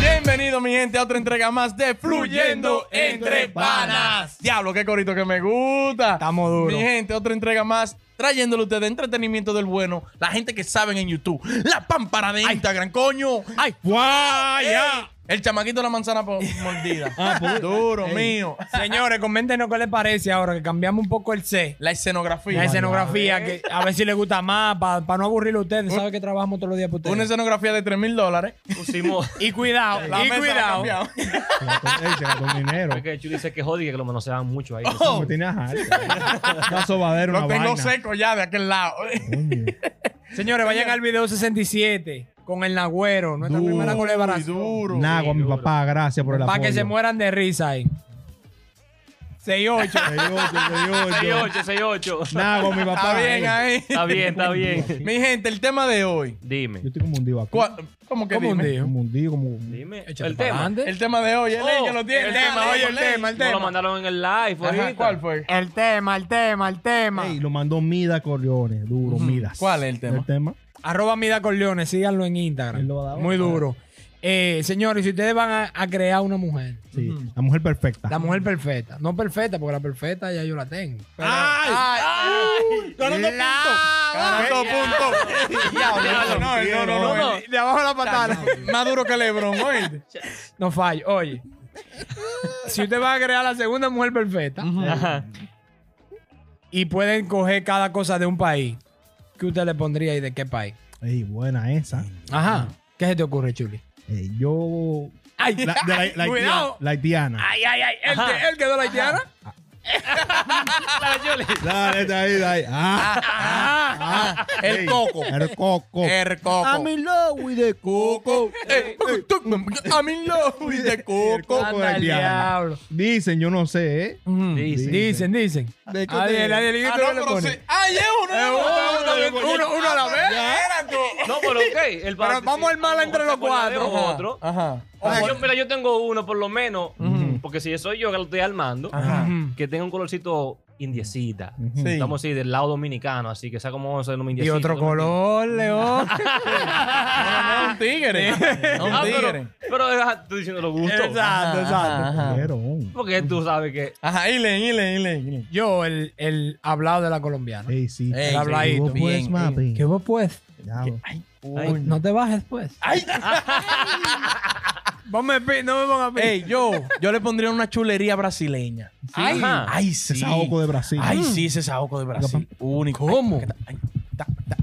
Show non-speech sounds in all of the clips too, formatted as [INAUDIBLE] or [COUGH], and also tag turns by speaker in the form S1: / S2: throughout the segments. S1: Bienvenido, mi gente, a otra entrega más de Fluyendo Entre Panas. Diablo, qué corito que me gusta.
S2: Estamos duros.
S1: Mi gente, otra entrega más trayéndole a ustedes entretenimiento del bueno, la gente que saben en YouTube, la pámpara de Instagram, coño.
S2: ¡Ay! ¡Guaya!
S1: Ey, El chamaquito de la manzana po- mordida. Duro,
S2: Ey.
S1: mío.
S2: [LAUGHS] Señores, coméntenos qué les parece ahora que cambiamos un poco el C.
S1: La escenografía.
S2: La escenografía, que a ver si les gusta más, para no aburrirlo a ustedes. Saben que trabajamos todos los días para ustedes.
S1: Una escenografía de 3 mil dólares.
S3: Pusimos.
S2: Y cuidado,
S1: La
S2: y
S1: mesa la
S2: cuidado.
S1: cambiamos.
S4: con dinero.
S3: Porque Chuy dice que jodí que lo manoseaban mucho ahí.
S4: Como tiene a Harry. Una sobadera,
S1: Lo
S4: una
S1: tengo
S4: vaina.
S1: seco ya de aquel lado. [LAUGHS]
S4: Coño.
S2: Señores, vayan al video 67 con el Nagüero, nuestra
S4: Duro,
S2: primera
S1: Muy
S2: colaboración.
S1: duro.
S4: Nago a mi
S3: duro.
S4: papá, gracias por el apoyo.
S2: Para que se mueran de risa ahí. 6-8.
S4: 68, 68.
S3: 68, [LAUGHS] 68.
S4: Nago a mi papá.
S1: Está bien eh. ahí.
S3: Está bien, está bien.
S1: [LAUGHS] Mi gente, el tema de hoy.
S3: Dime.
S4: Yo estoy como hundido aquí.
S1: ¿Cuál- ¿Cómo que
S2: ¿Cómo
S1: dime?
S2: hundido?
S4: Como hundido, como...
S3: Dime.
S2: Échate
S3: el
S2: para
S3: tema.
S2: adelante.
S1: El tema de hoy, el ley
S3: Oh,
S1: que lo tiene.
S3: el tema,
S1: Ley,
S3: oye, el
S1: ley.
S2: tema, el
S3: Nos lo mandaron en el live.
S1: Ajá,
S3: ahorita.
S1: ¿Cuál fue?
S2: El tema, el tema, el tema.
S4: Ey, lo mandó Mida Corleone, duro, Midas.
S1: ¿Cuál es el tema?
S4: El tema.
S2: Arroba Mida Corleone, síganlo en Instagram.
S4: Él lo va a dar.
S2: Muy duro. Eh, señores, si ustedes van a, a crear una mujer,
S4: Sí, la mujer perfecta.
S2: la mujer perfecta, no perfecta, porque la perfecta ya yo la tengo. pero-
S1: ¡Ay! ¡Ganando punto! ¡Ganando punto! Diablo, no, no, no, no.
S2: De abajo de la patada.
S1: Más duro que Lebron, oíste.
S2: No fallo. Oye, si usted va a crear la segunda mujer perfecta
S3: Ajá.
S2: y pueden coger cada cosa de un país, ¿qué usted le pondría y de qué país?
S4: Ey, buena esa.
S2: Ajá. ¿Qué se te ocurre, Chuli?
S4: Ey, yo...
S2: Ay,
S4: La, de la,
S1: [LAUGHS]
S4: la haitiana.
S2: cuidado.
S4: La haitiana.
S2: Ay, ay, ay. ¿El,
S3: Ajá.
S2: que, el quedó la haitiana?
S3: Claro, Chuli.
S4: Dale, dale, dale. Ah,
S1: Ah, el coco.
S4: el coco.
S1: El coco.
S4: I'm in love with the
S1: Coco. Eh, A mí lo de coco.
S4: Coco
S2: Anda
S4: de
S2: al
S4: Diana.
S2: diablo.
S4: Dicen, yo no sé, ¿eh?
S3: Dice.
S2: Mm. Dicen, dicen.
S4: ¿De qué
S2: Adiel,
S4: te-
S2: adiel, ¿y
S1: Ah,
S2: usted
S1: no,
S2: qué le
S1: pero
S2: pone?
S1: sí. ¡Ay, es uno! es uno, es uno, Uno uno a la vez. Espérate.
S3: No, pero ok. El
S2: Pero vamos a armarla entre los cuatro.
S3: Ajá. Otro.
S1: Ajá.
S3: Como yo- mira, yo tengo uno por lo menos. Porque si soy yo que lo estoy armando,
S1: Ajá.
S2: Ujú.
S3: que tenga un colorcito indiecita.
S4: Ujú.
S1: Sí.
S3: Estamos así del lado dominicano, así que sea como vamos a hacer un
S2: Y
S3: indiecito.
S2: otro color, [LAUGHS] León.
S1: No, no, un tigre. No, un
S3: Ah,
S1: tigre.
S3: pero, pero deja- estoy diciendo los gustos.
S2: Exacto, exacto.
S4: Pero, um,
S3: Porque tú sabes que
S1: Ajá, Ilen, Ilen, Ilen. Ilen.
S2: Yo, el, el hablado de la colombiana.
S4: ey, sí.
S1: Ey,
S4: ¿Qué
S2: habladito,
S4: vos, pues,
S1: bien,
S4: papi?
S2: ¿Qué vos pues?
S4: Ya,
S3: Ay,
S1: Uy.
S2: No te bajes pues. ¡Ay! vos me pi- no me pongas pi-
S1: Ey, yo, yo le pondría una chulería brasileña. Ay,
S3: Ajá.
S1: ay, sí.
S4: Saoco de Brasil.
S1: Ay,
S2: Mm.
S1: sí, ese saoco de Brasil. Único. ¿Cómo?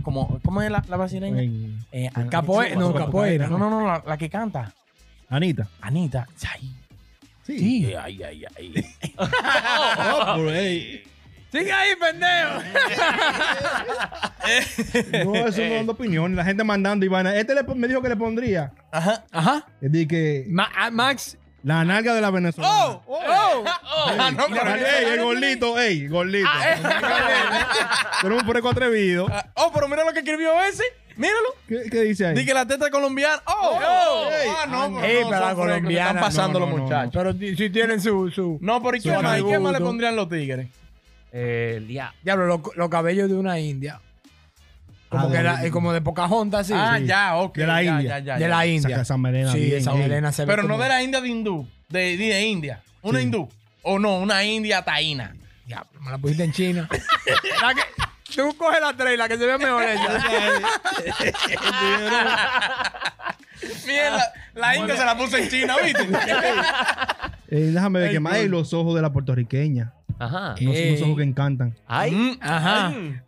S1: ¿Cómo, ¿Cómo es la, la brasileña?
S4: Ey,
S1: Eh,
S2: Capoe- no, capoeira.
S1: No, no, no, la, la que canta.
S4: Anita.
S1: Anita. Ay,
S4: Sí.
S1: sí. Ay, ay, ay.
S4: [LAUGHS] Oh, pero, ey,
S2: ¡Sigue ahí, pendejo!
S4: No, eso
S1: Eh.
S4: no es opinión. La gente mandando, Ivana. Este le, pon- me dijo que le pondría.
S1: Ajá.
S2: Ajá.
S4: Es decir, que
S2: Ma- ah, Max.
S4: la nalga de la venezolana.
S1: ¡Oh! ¡Oh! [LAUGHS] Ah, no, pero-
S4: ey, el gordito, ey, el gordito. Pero un puerco atrevido.
S1: eh. Ah, ¡Oh, pero mira lo que escribió ese! ¡Míralo!
S4: ¿Qué, qué dice ahí?
S1: Di que la
S2: Este
S1: teta colombiana. ¡Oh!
S4: Oh,
S1: ey.
S4: ey.
S1: ¡Ah, no! pero
S2: Ey,
S1: no,
S2: eh, pero la
S1: son frescos,
S2: colombiana,
S1: Están pasando
S4: no,
S1: los
S4: no, no,
S1: muchachos.
S2: Pero ti- si tienen su... su...
S1: No, pero ¿y qué
S2: Su
S1: más? ¿Y qué más le
S2: atributo.
S1: pondrían los tigres?
S3: eh, el día.
S2: Diablo, lo- los cabellos de una india. Como,
S4: Ah,
S2: que
S4: de la
S2: la-
S4: India.
S2: eh, como de Pocahontas, sí.
S1: ah,
S2: Sí.
S1: ya, ok.
S4: De la
S1: ya,
S4: India.
S1: ya, ya,
S2: de
S1: ya.
S2: la India.
S4: Saca esa melena
S2: Sí,
S4: bien,
S2: esa
S4: ey.
S2: melena se ve
S1: Pero no
S2: como-
S1: de la India de hindú, de, de India. Una hindú. O no, una India taína.
S2: Diablo, me la pusiste
S1: [LAUGHS]
S2: en China. La que- Tú coges la tres, la que se ve mejor [LAUGHS] ella.
S1: Miren, la, la
S2: Ah.
S1: India se la puso en China,
S2: [LAUGHS]
S1: ¿viste?
S4: Ey, déjame ver
S1: Ey,
S4: que más. Ey, los ojos de la puertorriqueña.
S3: Ajá.
S4: No son los
S2: Ey.
S4: ojos que encantan.
S3: Ay.
S1: Mm,
S2: Ajá.
S3: Mm.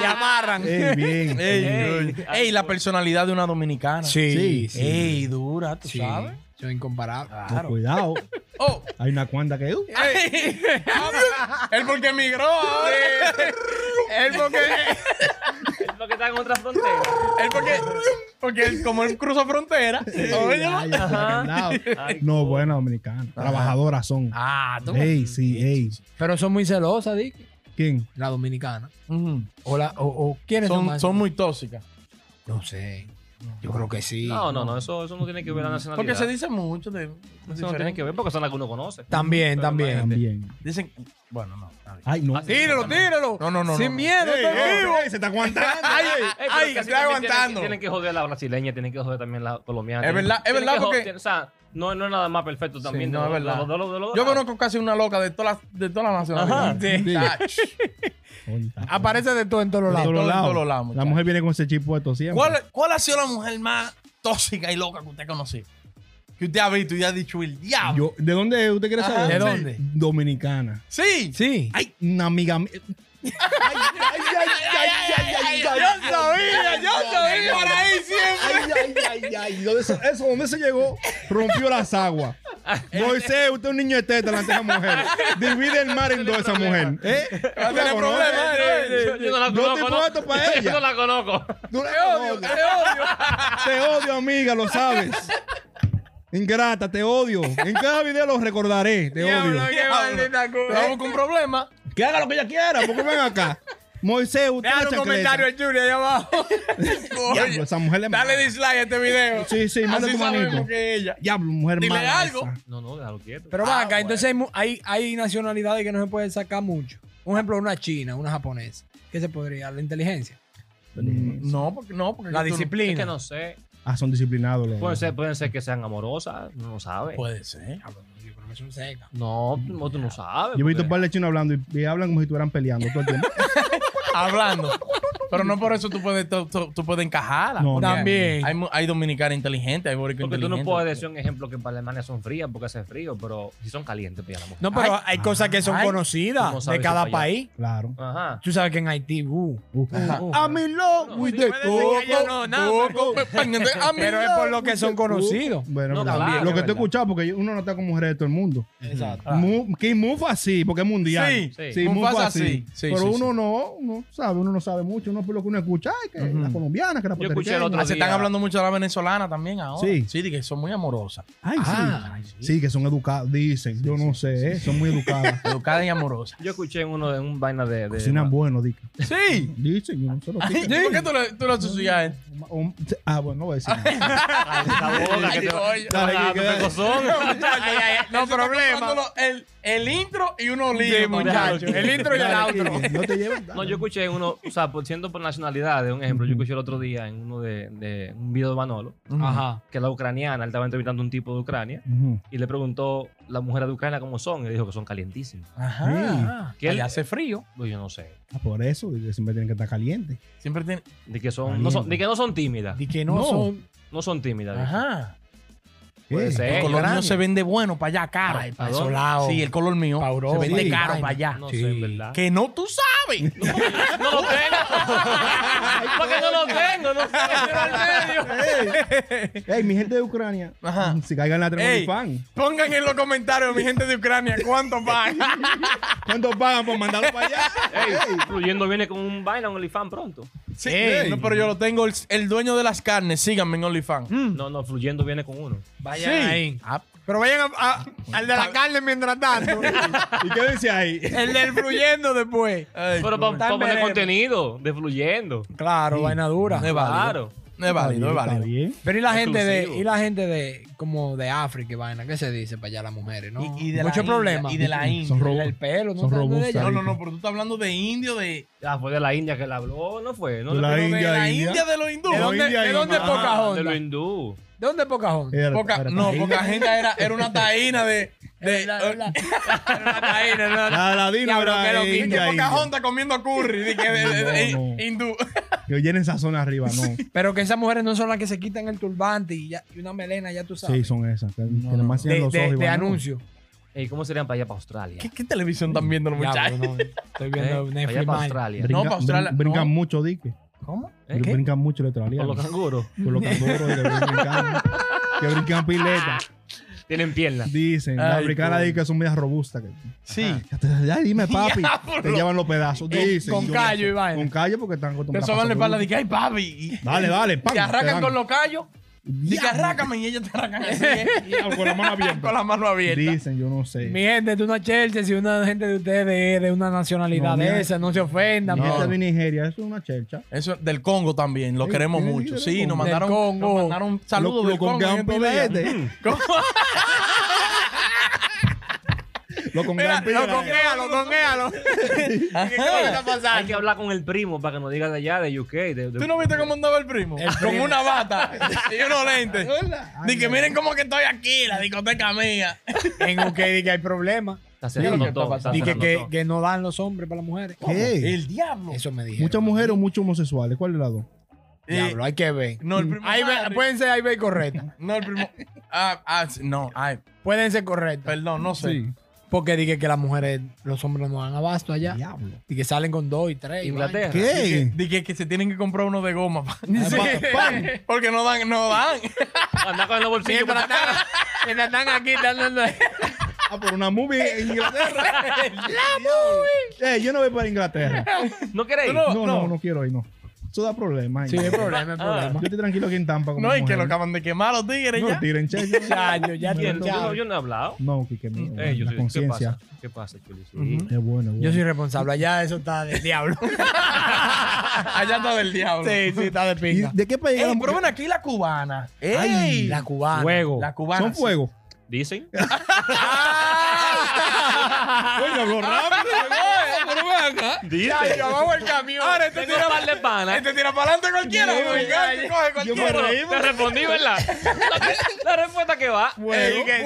S2: Y amarran.
S1: [LAUGHS]
S4: Ey, bien.
S1: ey,
S3: Ey.
S1: ey, ey, la personalidad de una dominicana.
S2: Sí,
S4: Sí.
S2: sí.
S1: Ey, dura, tú
S2: Sí.
S1: sabes.
S2: Son incomparables.
S4: Con Cuidado.
S1: Oh,
S4: Hay una cuanta que. uh,
S1: ey.
S2: [LAUGHS]
S1: él porque emigró ahora.
S2: Él porque
S3: Es porque está en otra frontera.
S1: Es porque, porque él- como él cruzó
S2: [LAUGHS]
S1: frontera.
S4: Ya, ya,
S3: Ajá.
S4: ya, ya, ya.
S3: Ay,
S4: No, buena dominicana. Trabajadoras son.
S2: Ah, tú.
S4: Ey, sí, ey.
S2: Pero son muy celosas, Dick.
S4: ¿Quién?
S2: La dominicana.
S1: Ujú.
S2: O, la, o, o quiénes son,
S1: Son,
S2: más?
S1: son muy tóxicas.
S2: No sé. Yo creo que sí.
S3: No, no, no, eso, eso no tiene que ver la nacionalidad.
S1: Mm. Porque se dice mucho de. es
S3: Eso no tiene
S1: diferente.
S3: que ver porque son las que uno conoce.
S2: También,
S3: Pero
S2: también.
S4: También.
S1: Este, Dicen. Bueno, no. está bien.
S4: Ay, no.
S3: Ah, sí.
S2: Tíralo, tíralo.
S1: No, no, no,
S2: Sin
S1: no.
S2: miedo,
S4: Ey,
S2: está
S4: ey,
S2: vivo.
S4: ey, se está
S3: [LAUGHS]
S4: aguantando.
S1: Ay,
S3: Ey,
S1: ay,
S3: pero casi
S1: estoy
S3: también tienen-
S1: aguantando.
S3: Tienen que joder a la brasileña, tienen que joder también a la colombiana.
S1: Es
S3: tienen-
S1: verdad, es
S3: tienen
S1: verdad,
S3: que jo-
S1: porque-
S3: tienen- O sea, no, no es nada más perfecto también.
S1: no,
S3: de-
S1: es
S3: de-
S1: verdad.
S3: de- de- de- de- de-
S1: Yo conozco casi una loca de todas las de todas las nacionalidades.
S2: Ah, Aparece de todo en todos
S4: De
S2: lados.
S4: todos los
S1: de
S4: lados.
S1: todos los lados,
S4: La
S1: muchachos.
S4: mujer viene con ese chip puesto siempre.
S1: ¿Cuál, ¿Cuál ha sido la mujer más tóxica y loca que usted ha conocido? Que usted ha visto y ha dicho el diablo.
S4: Yo- ¿De dónde es? usted quiere
S1: Ajá.
S4: saber?
S2: ¿De dónde?
S4: Dominicana.
S1: Sí.
S2: Sí.
S4: Ay, una amiga mía. Ay, ay, ay, ay, ay, ay, ay,
S1: Yo sabía, yo sabía por ahí siempre.
S4: Ay, ay, ay, ay. ¿Dónde se- eso, ¿dónde se llegó? Rompió las aguas. Moisés, usted es un niño de teta delante de esa mujer. Divide el mar en dos esa mujer. ¿Eh?
S1: Va
S2: Ah,
S1: a tener
S4: ¿Tú la conoces?
S1: problemas, eh.
S3: Yo- yo no la
S4: Yo
S3: conozco.
S4: te
S3: no.
S4: puesto pa'
S3: [LAUGHS]
S4: ella.
S3: Yo no la conozco.
S4: Tú la
S1: Te odio,
S4: conoces.
S1: te odio.
S4: [LAUGHS] Te odio, amiga, lo sabes. Ingrata, te odio. En cada video lo recordaré. Te odio.
S2: Diablo, qué maldita cosa.
S1: Vamos con un problema.
S4: Que haga lo que ella quiera, porque ven acá. Moisés, usted es
S2: Deja
S4: la
S2: un
S4: chancleta.
S2: comentario al Junior allá abajo.
S4: Diablo, esa mujer le
S1: Dale dislike a este video.
S4: Sí, sí, manda
S1: Así
S4: tu
S1: sabemos
S4: manito.
S1: que ella.
S4: Diablo, mujer
S1: Dile
S4: mala
S1: algo.
S4: esa.
S3: No, no, déjalo quieto.
S2: Pero
S1: Ah,
S2: va acá, entonces hay mu- hay, hay nacionalidades que no se pueden sacar mucho. Un ejemplo, una china, una japonesa. ¿Qué se podría? La inteligencia,
S4: Mm.
S1: No, porque no, porque
S2: la
S1: tú no-
S3: es que
S2: disciplina.
S3: no sé.
S4: Ah, son disciplinados los.
S3: Pueden ser, pueden ser que sean amorosas, uno no sabe.
S1: Puede ser.
S2: Diablo, yo creo que son secas.
S3: No,
S1: mm,
S3: tú tú no sabes.
S4: Yo he visto un
S3: porque-
S4: par de chinos hablando y, y hablan como si estuvieran peleando todo
S3: [LAUGHS]
S4: el tiempo.
S1: Hablando. Pero no por eso tú puedes, tú, tú- tú puedes encajarla.
S4: No,
S1: porque
S2: también.
S1: Hay, mu- hay dominicana inteligente, hay boricua
S3: Porque tú
S1: inteligente.
S3: no puedes decir un ejemplo que para Alemania son frías porque hace frío, pero si son calientes, pues ya la mujer.
S2: No, pero hay cosas que son
S1: ay,
S3: ¿cómo
S2: conocidas de
S3: sabes
S2: cada
S3: eso para allá?
S2: país.
S4: Claro.
S3: Ajá.
S2: Tú sabes que en Haití, uh,
S4: Uh. [LAUGHS]
S2: uh, uh.
S4: I'm in love with the
S2: decir que yo no, nada,
S1: Coco, pe- a mí
S2: [LAUGHS] pero es
S1: no.
S2: por lo que son conocidos.
S4: Bueno,
S3: No,
S4: pero
S3: claro,
S4: lo
S3: es
S4: que
S3: verdad.
S4: te he escuchado, porque yo- uno no está con mujeres de todo el mundo.
S1: Exacto.
S4: Mu- Que Mufa sí, porque es mundial.
S1: Sí,
S3: sí.
S4: Mufa,
S1: Mufa
S4: sí.
S1: sí. Sí,
S4: Pero
S1: sí,
S4: uno no, uno sabe, uno no sabe mucho. Uno por lo que uno escucha, ay, que
S1: Ujú.
S4: las colombianas, que las
S3: Yo escuché el otro
S1: Ah, se están
S3: día-
S1: hablando mucho de la venezolana también ahora.
S4: Sí.
S1: Sí, de que son muy amorosas.
S4: Ay, sí.
S2: Ah,
S4: sí. que son educadas, dicen. yo no sé, eh, son muy educadas.
S3: [LAUGHS]
S1: Educadas y amorosas.
S3: Yo escuché en uno de un vaina de. de
S4: Cocinan bueno, dicen.
S1: [LAUGHS] Sí.
S4: Dicen, yo no sé lo
S1: ¿Y
S4: que.
S1: por qué tú lo, tú lo asocias a él?
S4: O- Ah, bueno, no voy a decir. nada.
S3: Ay, esa boca que te-
S1: Oye.
S3: te va dando pecozón.
S1: [LAUGHS] Él se está comprándolo El, el intro y uno lío.
S2: Sí, muchacho. El intro y el
S4: Dale,
S2: outro.
S4: Kiki, No te lleves.
S3: No, yo escuché en uno, o sea, por siendo por nacionalidades, un ejemplo, yo escuché el otro día en uno de, de un video de Manolo,
S2: Ajá.
S3: que la ucraniana, él estaba entrevistando a un tipo de Ucrania,
S4: Ujú.
S3: y le preguntó las mujeres de Ucrania cómo son, y él dijo que son calientísimas.
S1: Ajá.
S3: Que
S1: Ah,
S3: él-
S1: Allá hace frío.
S3: Pues yo no sé.
S4: Ah, Por eso, que siempre tienen que estar caliente.
S1: Siempre tiene.
S3: De que son, no son, de que no son tímidas.
S2: Y que no,
S4: No.
S2: son.
S3: No son tímidas. dijo.
S1: Ajá.
S3: Puede
S4: Eh,
S3: ser.
S1: El color mío se vende bueno para allá, caro.
S2: Ay,
S3: ¿pa'
S2: pa' esos
S3: dónde?
S2: lados.
S1: Sí, el color mío
S2: Pa' Europa,
S1: se vende
S2: sí.
S1: caro
S2: Ay,
S1: para allá.
S3: No
S2: Sí.
S3: sé, en verdad.
S1: Que no tú sabes.
S3: No lo tengo. Porque no lo tengo, no sé.
S4: Ey, mi gente de Ucrania,
S1: Ajá.
S4: [LAUGHS] si caigan la
S1: Ey.
S4: tremenda fan.
S1: Pongan en los comentarios, mi gente de Ucrania, [LAUGHS] cuánto pagan.
S4: ¿Cuánto pagan por mandarlo para allá?
S3: [LAUGHS] Ey, fluyendo viene con un vaina, un olifán pronto.
S1: Sí,
S4: Ey.
S1: no, pero yo lo tengo. El, el dueño de las carnes, síganme en OnlyFans.
S3: No, no, fluyendo viene con uno.
S2: Vayan
S1: Sí.
S2: ahí. Pero vayan a- a- al de la carne mientras tanto.
S4: ¿Y qué dice ahí?
S2: [LAUGHS] el del fluyendo después.
S1: Ay,
S3: Pero para
S1: coño.
S3: poner
S2: veremos.
S3: contenido, de fluyendo.
S2: Claro, vaina dura.
S1: No es válido.
S3: Claro.
S1: No es válido, no es
S4: Está
S1: válido.
S4: bien.
S2: Pero y la gente de,
S3: Exclusivo.
S2: y la gente de, como de África y vaina, ¿qué se dice para allá las mujeres, no?
S1: Y- y de la
S2: Mucho
S1: India,
S2: problema.
S1: y de la India.
S4: Son
S2: Arregla
S4: robo-
S2: el pelo, ¿no?
S4: son
S2: Está de
S4: robustas.
S2: ella.
S1: No, no, no, pero tú estás hablando de indio, de,
S3: Ah, fue de la India que le habló, no fue. No,
S4: De la
S3: Pero-
S1: pero de
S4: India,
S1: la
S4: India.
S1: India, de los hindúes.
S2: ¿De
S4: No,
S2: dónde,
S4: India,
S2: ¿de
S4: India.
S2: dónde
S3: Ah, de lo
S2: Pocahontas?
S3: hindú.
S2: ¿De dónde Pocahontas?
S4: Era-
S1: Poca-
S4: era
S1: no,
S4: para
S1: poca
S4: ahí.
S1: gente era, era una taína de. de eh,
S2: La- [LAUGHS] la- Era una taína, era una-
S4: La ladina
S2: Diablo, que lo
S4: era
S2: quito,
S4: India,
S1: poca
S4: India.
S1: comiendo curry. De que de- de- de-
S4: No, no.
S1: hindú. [LAUGHS]
S4: Que llenen esa zona arriba, no.
S2: Pero que esas mujeres no son las que se quitan el turbante y, ya- y una melena, ya tú
S4: Sí,
S2: sabes.
S4: son esas. Que, que
S1: No,
S4: nomás
S2: de,
S4: cierran los
S2: de-
S4: ojos y
S2: de
S4: van, ¿no?
S2: anuncio.
S3: Ey, ¿Cómo serían para allá, para Australia?
S1: ¿Qué, qué televisión están viendo los
S2: Ya,
S1: muchachos?
S2: no, estoy
S1: [LAUGHS]
S3: Eh,
S2: viendo
S3: para allá,
S2: Netflix.
S3: para
S2: mal.
S3: Australia.
S4: Brinca-
S1: No, para Australia,
S4: brin- brincan
S1: no.
S4: mucho, dique.
S1: ¿Cómo?
S3: ¿Eh?
S4: Que Brincan mucho los
S3: Con los
S4: australianos.
S3: canguros.
S1: [LAUGHS]
S4: Con los canguros, que brincan. Que brincan pileta.
S3: Tienen piernas.
S4: Dicen, la
S1: Ay,
S4: africana
S1: coño.
S4: dice que son medias robustas. que- Ah,
S1: Sí.
S4: Ya te- ya
S1: [LAUGHS]
S4: dime, papi.
S1: Diablo.
S4: Te llevan los pedazos. Dicen.
S1: con
S4: Yo-
S1: callo y vaina.
S4: Con callo porque están
S1: Te
S4: acostumbrados. a
S1: soban la
S4: pasar
S1: espalda
S4: por-
S1: de que ay papi. Y, [LAUGHS]
S4: Dale, dale, pam.
S1: te arrancan
S4: dan.
S1: con los callos. Y que
S4: Diablo.
S1: arrácame y ellos te arrancan así. ¿eh?
S4: [LAUGHS] Diablo, Con la
S1: [LAUGHS]
S4: mano
S1: con
S4: abierta.
S1: la mano abierta.
S4: Dicen, yo no sé.
S2: [LAUGHS] Mi gente, tú no Chelsea, si una gente de ustedes de, de una nacionalidad
S4: No,
S2: de
S4: mira.
S2: esa, no se ofendan.
S4: Mi
S2: por
S4: gente
S2: favor.
S4: Este de Nigeria, eso es una chercha.
S1: Eso es del Congo también, lo
S4: Sí,
S1: queremos
S4: sí, sí,
S1: mucho.
S4: del
S1: Sí, nos
S4: Congo.
S1: mandaron,
S2: Del Congo.
S1: nos mandaron saludos
S4: Lo-
S1: del
S4: lo con
S1: Congo. en
S4: gran
S1: estos días.
S4: pilete.
S1: Mm. [LAUGHS] ¿Cómo?
S4: Lo con
S1: Mira,
S4: gran pila.
S1: lo congealo, [LAUGHS] congealo.
S3: Hay que hablar con el primo para que nos diga de allá, de UK. de- de-
S1: ¿Tú no viste cómo andaba el primo? Con una bata y unos lentes. Dije, que miren cómo que estoy aquí, la discoteca mía.
S2: En UK di que hay problemas.
S3: Está cerrando todo. está
S2: Di que,
S3: cerrando
S2: que,
S3: todo.
S2: que no dan los hombres para las mujeres.
S4: ¿Qué?
S1: El diablo.
S2: Eso me dijeron.
S4: Muchas mujeres o muchos homosexuales. ¿Cuál de las dos?
S1: Eh,
S2: Diablo, hay que ver.
S1: No, el primo.
S2: Ahí ve-
S1: Harry.
S2: pueden ser ahí
S1: [LAUGHS]
S2: ve correctas.
S1: pues, No, el primo. Ah, ah, sí, no, ay,
S2: Pueden ser correctas.
S1: perdón, no sé.
S2: Porque dije que las mujeres, los hombres no dan abasto allá.
S4: Diablo.
S2: Y que salen con dos y tres. y
S3: Inglaterra.
S1: Dije,
S4: ¿Qué?
S1: dije que se tienen que comprar uno de goma. pa-
S2: vaina. Sí.
S1: Porque no dan, no dan.
S3: Anda con los bolsillos.
S2: Mientras están- mientras están aquí dando
S4: Ah, por una movie en Inglaterra. Eh, yo no voy para Inglaterra.
S3: ¿No queréis?
S1: No,
S4: No, no, no quiero ir, no. Eso da problemas.
S2: Sí,
S4: ahí.
S2: es problema, es problema.
S4: Yo estoy tranquilo aquí en Tampa. con
S1: No,
S4: mi
S1: y que
S4: mujer.
S1: lo acaban de quemar los tigres
S4: No,
S1: ya.
S4: tiren cheque.
S2: Chayo, [LAUGHS] ya
S3: ¿Quién?
S2: tú
S3: Yo no-
S2: sabes.
S3: Yo no he hablado.
S4: No, que que mi-
S3: Eh, yo soy- ¿Qué
S4: la
S3: pasa?
S4: conciencia.
S3: ¿Qué pasa, Chuli? Sí.
S4: Es bueno, es
S2: Yo
S4: bueno.
S2: soy responsable. Allá eso está del diablo.
S1: [LAUGHS] Allá está del diablo.
S2: sí, sí, está de
S4: ¿Y
S2: pinga.
S4: ¿De qué país?
S1: Ey,
S4: eran?
S1: pero ven aquí la cubana. Ey,
S4: Ay,
S2: La cubana.
S3: Fuego.
S1: la cubana.
S4: Son
S1: sí.
S4: fuego.
S3: Dicen.
S4: Coño, habló rápido.
S1: [LAUGHS]
S3: Dicen.
S1: Abajo el camión. Ahora este
S3: Tengo un
S1: tira,
S3: par de panas.
S1: este tira para adelante cualquiera.
S4: Yo-
S1: güey, este coge
S4: yo me
S1: cualquiera.
S4: reí.
S3: Te respondí, ¿verdad? [LAUGHS] La, la respuesta que va.
S1: Ey, que sí.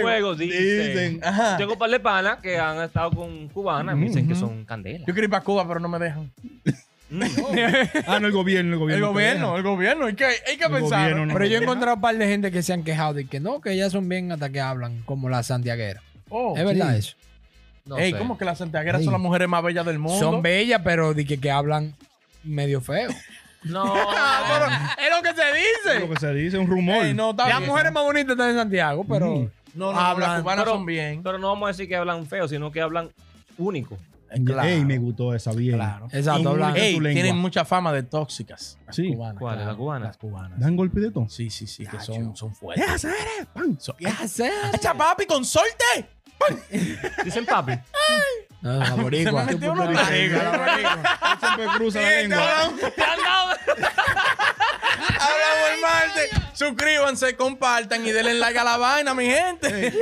S3: Juego, dicen.
S4: Dicen.
S1: Ajá.
S3: Tengo un par de panas que han estado con cubanas y me dicen que son candela.
S1: Yo quiero ir para Cuba, pero no me dejan.
S3: Mm.
S4: Ah, no, el gobierno, el
S1: El
S4: gobierno.
S1: gobierno, el gobierno. Hay que, hay que
S4: El
S1: pensar.
S4: gobierno no.
S2: Pero yo he encontrado un par de gente que se han quejado de que no, que ellas son bien hasta que hablan, como la santiaguera.
S1: Oh,
S2: es verdad
S4: sí.
S2: eso.
S3: No
S1: Ey,
S3: sé.
S1: ¿cómo que las santiagueras
S4: Ey.
S1: son las mujeres más bellas del mundo?
S2: Son bellas, pero de que, que hablan medio feo.
S1: [LAUGHS]
S3: No.
S1: Ah, pero es lo que se
S4: Lo
S1: dice.
S4: que se dice, un rumor.
S1: Ey, Eh, no, está
S2: Las
S1: bien.
S2: mujeres más bonitas están en Santiago, pero
S4: Mm.
S1: No, no,
S2: hablan,
S1: las cubanas
S3: pero-
S1: son bien.
S3: Pero no vamos a decir que hablan feo, sino que hablan único.
S1: Claro.
S4: Ey, me gustó esa bien.
S1: Claro.
S2: exacto, hablan.
S4: Ey,
S1: Ey,
S4: tu
S1: tienen
S4: lengua.
S1: mucha fama de tóxicas. Las
S4: Sí.
S1: cubanas.
S3: ¿Cuáles?
S1: claro.
S3: ¿Las cubanas?
S1: Las cubanas.
S4: ¿Dan golpe de ton?
S1: Sí, sí, sí, que
S2: Cacho.
S1: son, son fuertes. Son-
S2: ¿Qué eh, hacer?
S1: ¡Echa papi, consorte! [LAUGHS]
S3: Dicen papi.
S2: No, la
S1: Se
S2: boricua.
S1: me [LAUGHS] metió una barriga.
S4: Siempre cruza la
S1: Bien,
S4: lengua.
S1: cabrón. Hablamos el martes. Suscríbanse, compartan y denle like a la vaina, mi gente.